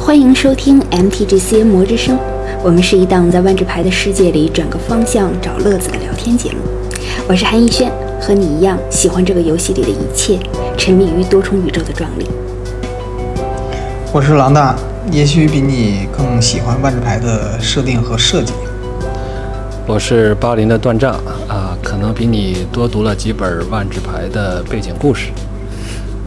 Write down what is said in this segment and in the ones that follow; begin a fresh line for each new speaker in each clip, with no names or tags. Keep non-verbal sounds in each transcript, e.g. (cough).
欢迎收听 MTGC 魔之声，我们是一档在万智牌的世界里转个方向找乐子的聊天节目。我是韩逸轩，和你一样喜欢这个游戏里的一切，沉迷于多重宇宙的壮丽。
我是狼大，也许比你更喜欢万智牌的设定和设计。
我是巴林的断账啊，可能比你多读了几本万智牌的背景故事。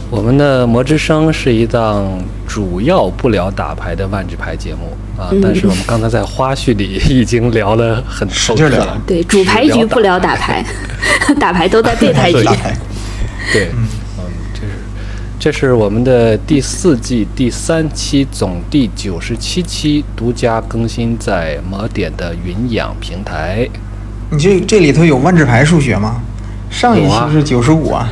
我们的《魔之声》是一档主要不聊打牌的万智牌节目啊，
嗯
但是我们刚才在花絮里已经聊了很
使
透彻
劲聊
了。
对，主牌局不聊打 (laughs) 牌，打牌都在备牌局
对。
打牌，
对，嗯，这是这是我们的第四季第三期，总第九十七期独家更新在魔点的云养平台。
你这这里头有万智牌数学吗？上一
有啊
期是九十五啊，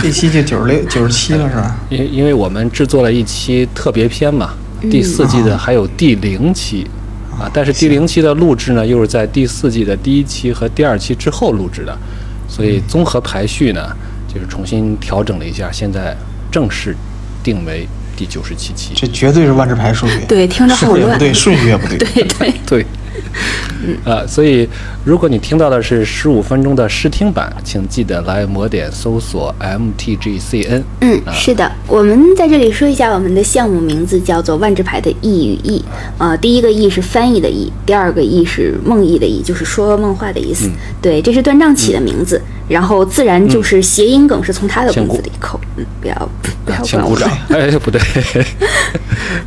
这期就九十六、九十七了是吧？
因因为我们制作了一期特别篇嘛，第四季
啊
的还有第零期。啊，但是第零期的录制呢，又是在第四季的第一期和第二期之后录制的，所以综合排序呢，就是重新调整了一下，现在正式定为第九十七期。
这绝对是万智牌数学。
对听着好
数学
乱
不对，顺序也不对。
(laughs) 对对，
对，
嗯
呃，所以如果你听到的是十五分钟的试听版，请记得来魔点搜索 MTGCN。
嗯，是的，我们在这里说一下我们的项目名字叫做万智牌的意与意，呃，第一个意是翻译的意，第二个意是梦呓的意，就是说梦话的意
嗯
思。对，这是断章起的名字，然后自然就是谐音梗是从他的
请
名字
鼓
里扣。嗯，不要不要
请
管
鼓
我。
掌。哎，不对，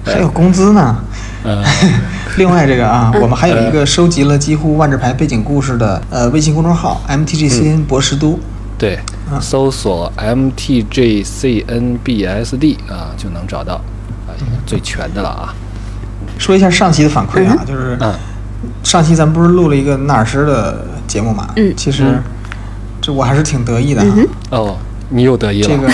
还有工资呢。
呃，
(laughs) 另外这个啊，我们还有一个收集了几乎万智牌背景故事的呃微信公众号 MTGCN 博士都。
对，
嗯
搜索 MTGCNBSD 啊就能找到啊，应该
嗯
最全的了啊。
说一下上期的反馈啊，就是
嗯
上期咱们不是录了一个纳尔师的节目嘛？
嗯
其实这我还是挺得意的啊，
哦，你又得意了。
这个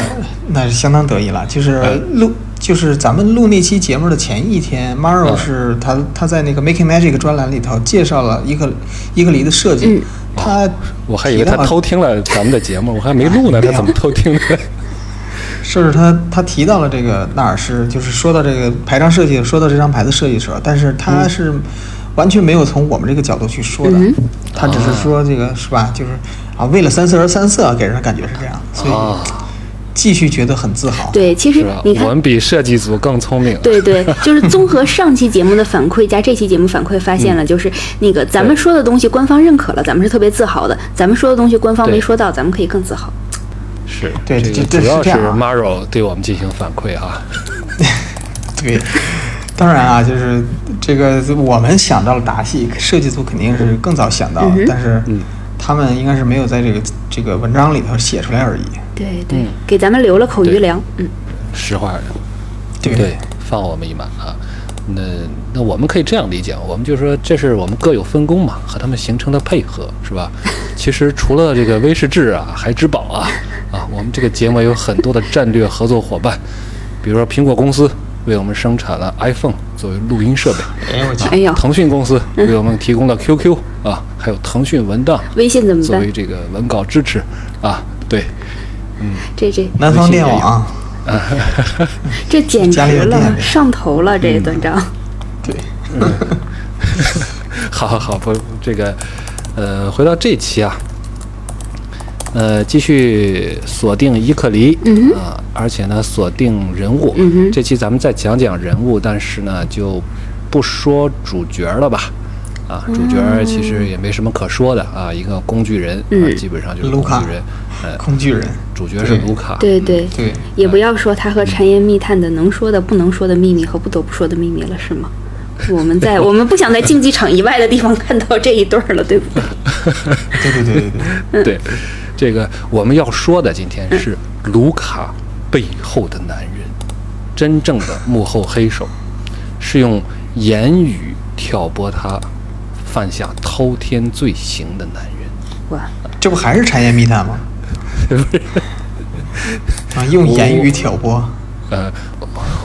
那是相当得意了。就是录，就是咱们录那期节目的前一天，Maro
嗯
是他他在那个 Making Magic 专栏里头介绍了伊克伊克里的设
嗯
计，他
我还以为
提
他
到了
偷听了咱们的节目，我还没录呢，他怎么偷
(laughs)
听的？
是他他提到了这个纳尔师，就是说到这个牌张设计，说到这张牌的设计的时候，但是他是完全没有从我们这个角度去说的，他只是说这个是吧？就是啊，为了三色而三色，给人的感觉是这样，所以
啊，
继续觉得很自豪。
对，其
是
实
吧？
你看
我，们比设计组更聪明。啊
对对，就是综合上期节目的反馈加这期节目反馈，发现
嗯
了就是那个咱们说的东西官方认可了，咱们是特别自豪的；咱们说的东西官方没
对嗯
说到，咱们可以更自豪。
是，
对
这
这
个主要
这是
是
这样啊
Maro 对我们进行反馈啊。
对，当然啊，就是这个我们想到了达戏，设计组肯定是更早想到了，但是他们应该是没有在这个这个文章里头写出来而已。
对对，给咱们留了口余
对
粮。嗯，
实话，
对不
对，放我们一马啊。那那我们可以这样理解，我们就说这是我们各有分工嘛，和他们形成的配合，是
(laughs)
吧？其实除了这个威士忌啊、孩之宝啊，啊，我们这个节目有很多的战略合作伙伴，比如说苹果公司为我们生产了 iPhone 作为录音设备，
哎呦我去！
哎呦，嗯
腾讯公司为我们提供了 QQ 啊，还有腾讯文档
微信怎么
作
办
为？这个文稿支持啊，对，
这这
南方电网，啊
这简直
家里有电
了，
呗
上头了！
嗯
这段章，
对，
(laughs) 好好好，不，这个，呃，回到这期啊，呃，继续锁定伊克里，嗯啊、而且呢，锁定人物，嗯这期咱们再讲讲人物，但是呢，就不说主角了吧。啊，主角其实也没什么可说的啊，一个工具人，啊，基本上就是
卢
工
卡
具人。呃，
工具人，
主角是
对
卢卡，
(laughs) 对对，
对，
也不要说他和谗言密探的能说的、不能说的秘密和不得不说的秘密了，是吗？我们
(laughs)
在我们不想在竞技场以外的地方看到这一对儿了，对不对？
对对对对对，
(laughs) 嗯
对，这个我们要说的今天是卢卡背后的男人，真正的幕后黑手，是用言语挑拨他犯下滔天罪行的男人。
哇，
这不还是产业密探
(laughs)
吗？啊，用言语挑拨，
呃，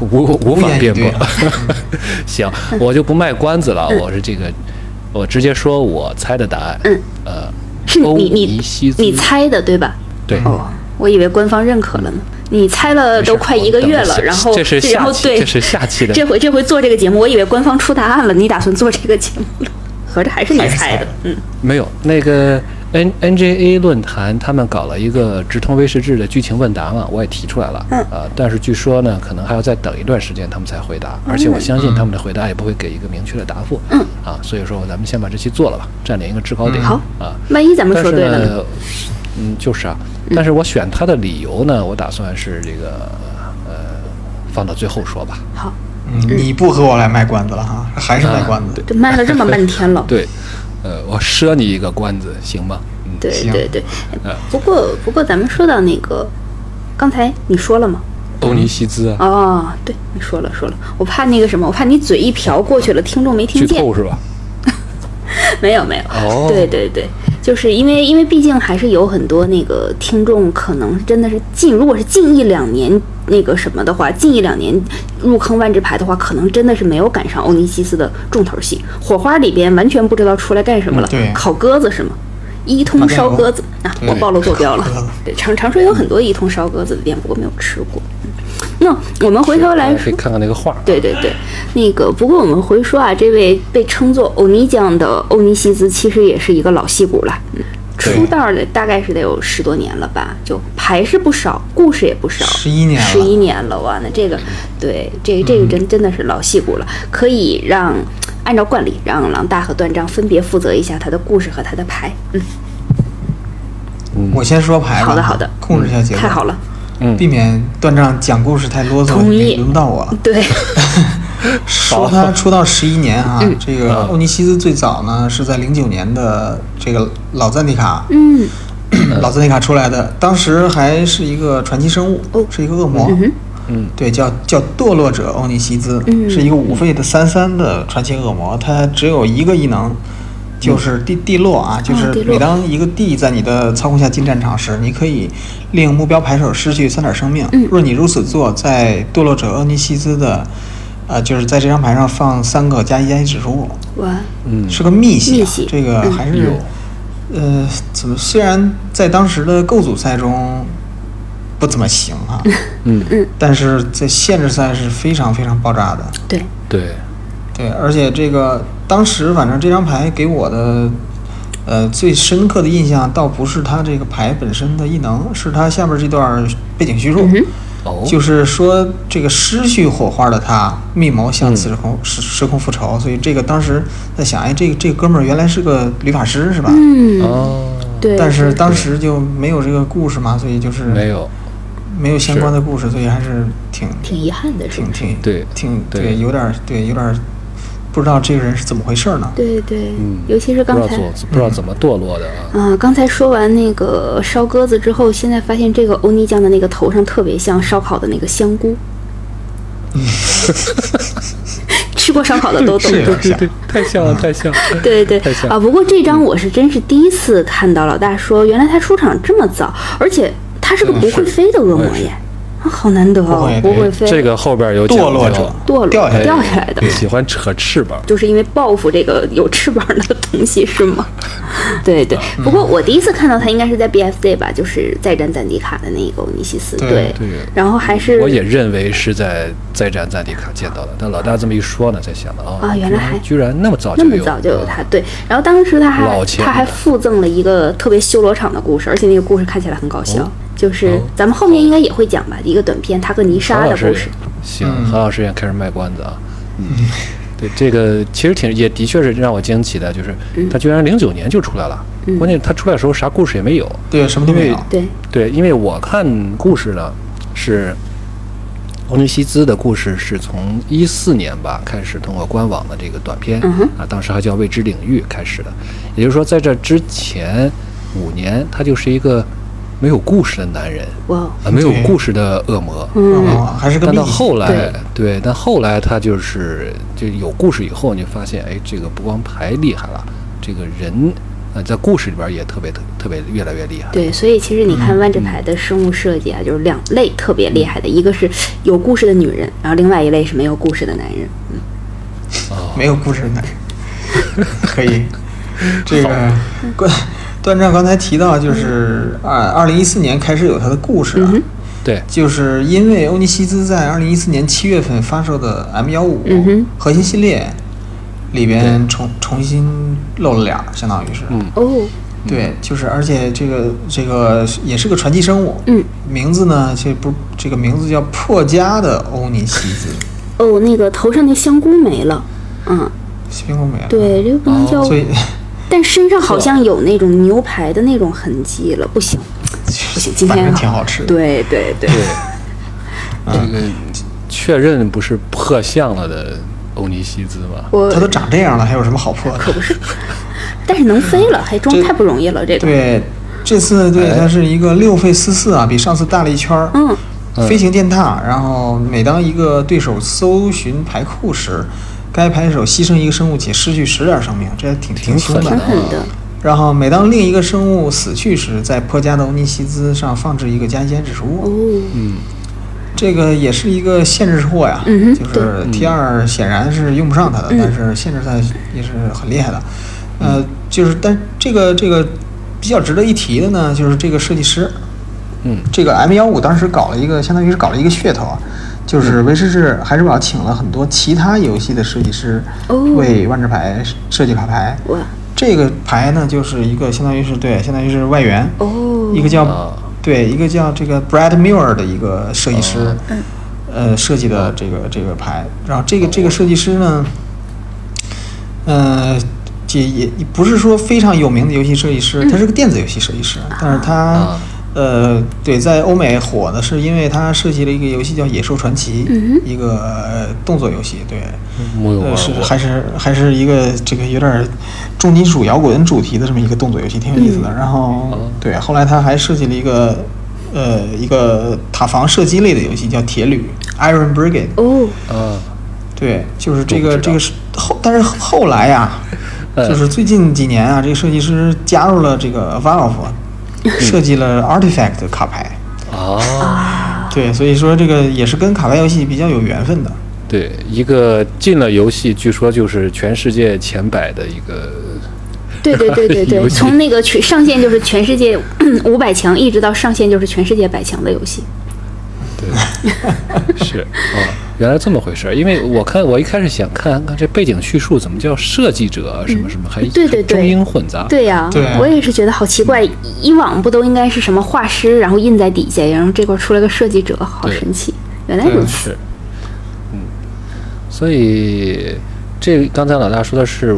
无无法辩
无言以对
驳。 (laughs)
(laughs)
行，我就不卖关子
嗯
了，我是这个，我直接说我猜的答案。嗯，呃，
是
(laughs) 欧
你
尼
你
西兹
你猜的对吧？
对，
哦，我以为官方认可了呢。你猜了都快一个月了，
这
然后
这是
然
下
后
期，
对
这是下期的
这回这回做这个节目，我以为官方出答案了，你打算做这个节目了，合着还是你
还是
猜
猜
的
的，
嗯，
没有那个 N N J A 论坛，他们搞了一个直通威士忌的剧情问答嘛，我也提出来了，
嗯
呃，但是据说呢，可能还要再等一段时间他们才回答，
嗯
而且我相信他们的回答也不会给一个明确的答复，嗯，啊，所以说咱们先把这期做了吧，占领一个制高点，
好
啊，
万一咱们
但
说
是
对了呢？
呢，嗯，就是啊，但是我选它的理由呢，我打算是这个呃放到最后说吧，，
好，
嗯，你不和我来卖关子了哈，还是卖关子。
这卖了这么半天了
(laughs) 对，呃，我赊你一个关子行吗？嗯，
对
行
对对
嗯。
不过不过，咱们说到那个，刚才你说了吗？
欧尼西兹啊，
哦，对，你说了说了，我怕那个什么，我怕你嘴一瓢过去了，听众没听
剧
见。
透是吧？
(laughs) 没有没有，
哦
对对对，就是因为因为毕竟还是有很多那个听众，可能真的是近，如果是近一两年那个什么的话，近一两年入坑万智牌的话，可能真的是没有赶上欧尼西斯的重头戏，火花里边完全不知道出来干什么了，
嗯对
烤鸽子是吗？一通烧鸽子啊，我
(laughs) 对
暴露坐标了
烤鸽子。
对，长长春有很多一通烧鸽子的店，不过没有吃过。嗯那我们回头来
可
说
以，看看那个画儿。
对对对，那个不过我们回说啊，这位被称作欧尼酱的欧尼西兹，其实也是一个老戏骨了。嗯
对
出道的大概是得有十多年了吧，就牌是不少，故事也不少，
11年了
十一年了哇，那这个，对，这个、这个真真的是老戏骨了，可以让按照惯例让狼大和段章分别负责一下他的故事和他的牌，嗯，
我先说牌吧，
好的好的
控制一下节奏，
太好了，
嗯
避免断章讲故事太啰嗦，
同意
轮不到我了。 (laughs)
对，
说他出道十一年啊，
嗯
这个欧尼西斯最早呢是在零九年的这个老赞蒂卡，
嗯，
老赞蒂卡出来的，当时还是一个传奇生物，
哦
是一个恶魔，
嗯，
对，叫叫堕落者欧尼西兹，
嗯
是一个五费的三三的传奇恶魔，它只有一个异能。就是地地落啊，就
嗯哦
是
地落
每当一个地在你的操控下进战场时，你可以令目标牌手失去三点生命。
嗯
若你如此做，在堕落者欧尼西兹的，呃，就是在这张牌上放三个加一加一指数，
哇，
嗯，
是个密戏、啊，
密戏
这个还是有，呃，怎么虽然在当时的构组赛中不怎么行哈、
嗯，
但是在限制赛是非常非常爆炸的。
对，
对，
对，而且这个当时反正这张牌给我的，呃，最深刻的印象倒不是它这个牌本身的异能，是它下面这段背景叙述，
哦，
就是说这个失去火花的他密谋向此时空、时时空复
嗯
仇，所以这个当时在想，哎，这个这个哥们儿原来是个理发师是吧？
嗯，
哦，
对，
但是当时就没有这个故事嘛，所以就是
没有，
没有相关的故事，所以还是挺
挺遗憾的是吧
挺挺
对
挺
对
对，有点儿对有点儿不知道这个人是怎么回事儿呢？
对对，
嗯，
尤其是刚
不
才
知道怎不知道怎么堕落的啊，
啊，刚才说完那个烧鸽子之后，现在发现这个欧尼酱的那个头上特别像烧烤的那个香菇。 (laughs) 吃过烧烤的都懂
是，有点像，
太像了，
(laughs)
太像了，
对对
啊太像
啊。不过这张我是真是第一次看到老大说，原来他出场这么早，而且他是个不
嗯
会
是
飞的恶魔
我也是哎
耶，啊，好难得哦，
不
不
会
会飞，
这个后边有讲究
堕落者，
堕落
掉下来
掉下来的
哎。喜欢扯翅膀，
就是因为报复这个有翅膀的东西是吗？ (laughs) 对
啊
对，
嗯
不过我第一次看到他应该是在 BFZ 吧，就是再战赞迪卡的那个欧尼西斯，
对
对
然后还是
我也认为是在再战赞迪卡见到的，但老大这么一说呢，才想到哦
啊原来还
居然那么早就
那么
有，
早就有他，对，然后当时他还
老钱
他还附赠了一个特别修罗场的故事，而且那个故事看起来很搞笑，
哦
就是
哦
咱们后面应该也会讲吧，一个短片，他和泥
韩
沙的
老师
故
也
事，
行，韩老师也开始卖关子啊。嗯，对，这个其实挺也的确是让我惊奇的，就是
嗯
他居然零九年就出来了，关键他出来的时候啥故事也没有。
对，什么都没有
因为。
对，
对，因为我看故事呢是。欧尼西兹的故事是从一四年吧开始通过官网的这个短片、
嗯哼
啊，当时还叫未知领域开始的，也就是说在这之前五年，他就是一个没有故事的男人
哇哦，
啊，没有
对
故事的恶魔。
嗯，还是个
但
密
到
集
后来，对，但后来他就是就有故事以后，你就发现，哎，这个不光牌厉害了，这个人呃在故事里边也特别特特别越来越厉害。
对，所以其实你
嗯
看万智牌的生物设计啊，就是两类特别厉害的，一个是有故事的女人，然后另外一类是没有故事的男人。 (laughs)
没有故事的，可以。这个关段丈刚才提到，就是二二零一四年开始有他的故
嗯
事啊，
对，
就是因为欧尼西兹在二零一四年七月份发售的 M 幺五
嗯哼
核心系列里边重重新露了脸儿，相当于是，
嗯
哦，
对，就是而且这个这个也是个传奇生物，
嗯，
名字呢，这不这个名字叫破家的欧尼西
(laughs)
兹，
哦，那个头上那香菇没了，嗯，
西平公没了，，
对，这个不能叫，
哦所以
但身上好像有那种牛排的那种痕迹了，不行，不行，今
反
天
正挺好吃的。
对对对，
对，
啊
这个确认不是破相了的欧尼西兹吗？
我
它都长这样了，还有什么好破的？
可不是，但是能飞了，还装
嗯这
太不容易了，这个，
对，这次对
哎
它是一个六费四四啊，比上次大了一圈儿。
嗯，
飞行践踏。然后每当一个对手搜寻牌库时，该牌手牺牲一个生物且失去十点生命，这还挺挺凶
狠
挺
的。啊
狠的，
然后每当另一个生物死去时，在破加的欧尼西兹上放置一个加减指数物。
哦，
这个也是一个限制货呀，
嗯哼嗯
就是 T 二显然是用不上它的，但是限制它也是很厉害的。呃，就是但这个这个比较值得一提的呢，就是这个设计师，
嗯，
这个 M 幺五当时搞了一个，相当于是搞了一个噱头啊，
嗯
就是威士忌海之宝请了很多其他游戏的设计师
哦
为万智牌设计卡牌，
哇，
这个牌呢就是一个相当于是对，相当于是外援，
哦，
嗯一个叫、
啊
对，一个叫这个 Brad Muir 的一个设计师，呃，设计的这个这个牌。然后这个这个设计师呢，呃，这也也不是说非常有名的游戏设计师，他是个电子游戏设计师，但是他、
啊
呃，对，在欧美火呢，是因为他设计了一个游戏叫《野兽传奇》，一个、呃动作游戏，对。
木有玩
呃，是
过，
还是还是一个这个有点儿重金属摇滚主题的这么一个动作游戏，挺有意思的。然后
哦
对，后来他还设计了一个呃一个塔防射击类的游戏，叫铁旅 （Iron Brigade）。
哦，
啊，
对，就是这
我
个
不知道
这个是后，但是后来呀、
嗯
就是最近几年啊，这个设计师加入了这个
嗯
Valve，设计了 Artifact 卡牌。
啊，
对，所以说这个也是跟卡牌游戏比较有缘分的。
对，一个进了游戏，据说就是全世界前百的一个，
对对对
(laughs)
对对，
游戏
从那个全上线就是全世
(laughs)
界五百强，一直到上线就是全世界百强的游戏。 (laughs)
对，是啊，原来这么回事儿。因为我看我一开始想看啊看这背景叙述怎么叫设计者啊什么什么，还
嗯对对对
中英混杂，
对呀、
对啊
我也是觉得好奇
嗯
怪，以往不都应该是什么画师，然后印在底下，然后这块出来个设计者，好
对
神奇，原来如此。
是，嗯，所以这刚才老大说的是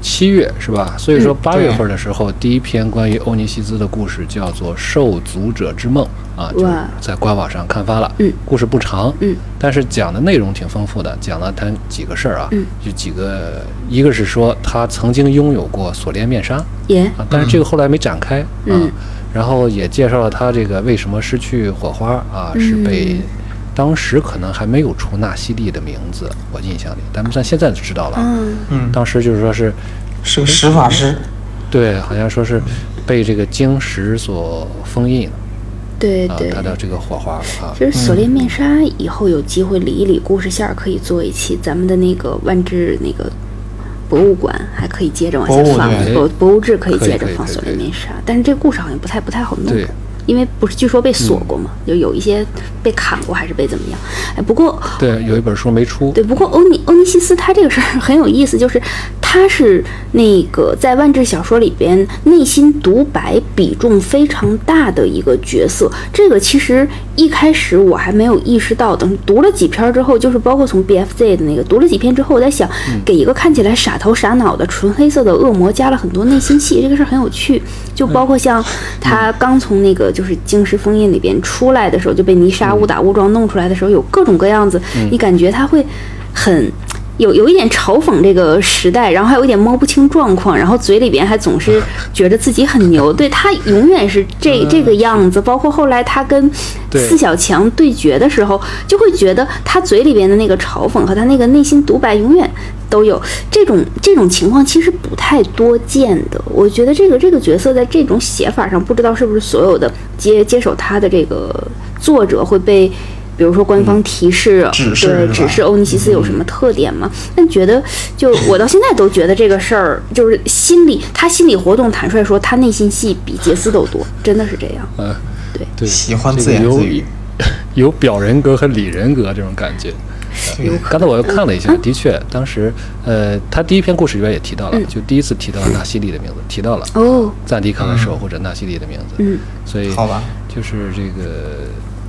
七月是吧？所以
嗯
说八月份的时候，第一篇关于欧尼西兹的故事叫做《受阻者之梦》啊，就
哇
在官网上刊发了。
嗯，
故事不长，
嗯，
但是讲的内容挺丰富的，讲了他几个事儿啊，
嗯
就几个，一个是说他曾经拥有过锁链面纱，
耶，
啊，但是这个后来没展开，
嗯
啊，然后也介绍了他这个为什么失去火花啊，是被
嗯
当时可能还没有出纳西利的名字，我印象里，但但现在知道了，
嗯，
嗯，
当时就是说是，
是个实法师。
对，好像说是被这个晶石所封印
对
啊
对，，
他的这个火花啊，
其实锁链面纱以后有机会理一理故事线儿，可以做一期咱们的那个万智那个博物馆，还可以接着往下
博物
放
对
博博物志可以
可以
接着
可以
放
哎可以
锁
可
链
以
面纱，但是这个故事好像不太不太好弄
对，
因为不是据说被锁过嘛，就有一些被砍过还是被怎么样？哎，不过
对，有一本书没出，
对，不过欧尼欧尼西斯他这个事儿很有意思，就是他是那个在万智小说里边内心独白比重非常大的一个角色。这个其实一开始我还没有意识到，等读了几篇儿之后，就是包括从 BFZ 的那个读了几篇之后，我在想，给一个看起来傻头傻脑的纯黑色的恶魔加了很多内心戏，这个事儿很有趣。就包括像他刚从那个就是晶石封印里边出来的时候，就被泥沙误打误撞弄出来的时候，有各种各样子，你感觉他会很。有有一点嘲讽这个时代，然后还有一点摸不清状况，然后嘴里边还总是觉得自己很牛，对他永远是这这个样子。包括后来他跟
对
四小强对决的时候，就会觉得他嘴里边的那个嘲讽和他那个内心独白永远都有这种这种情况，其实不太多见的。我觉得这个这个角色在这种写法上，不知道是不是所有的接接手他的这个作者会被。比比如说官方提示，
指示
对，
是吧嗯
指示欧尼西斯有什么特点吗？但觉得就我到现在都觉得这个事儿就是心理，他心理活动，坦率说，他内心戏比杰斯都多，真的是这样。
呃，
对
对，
喜欢
这
自
个
言
有
自语，
(laughs) 有表人格和里人格这种感觉。
对
刚才我又看了一下，的确，当时，呃，他第一篇故事里边也提到了，就第一次提到纳西利的名字，提到了
嗯哦，
赞迪卡的守护者纳西利的名字，
嗯，
所以
嗯好吧
就是这个，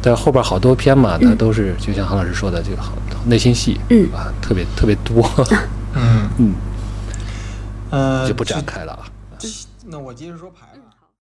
但后边好多篇嘛，那都是就像韩老师说的，这个好内心戏，
嗯
啊，特别特别多，
嗯
嗯，
呃，
(laughs) 就不展开了啊。
这。那我接着说牌吧。啊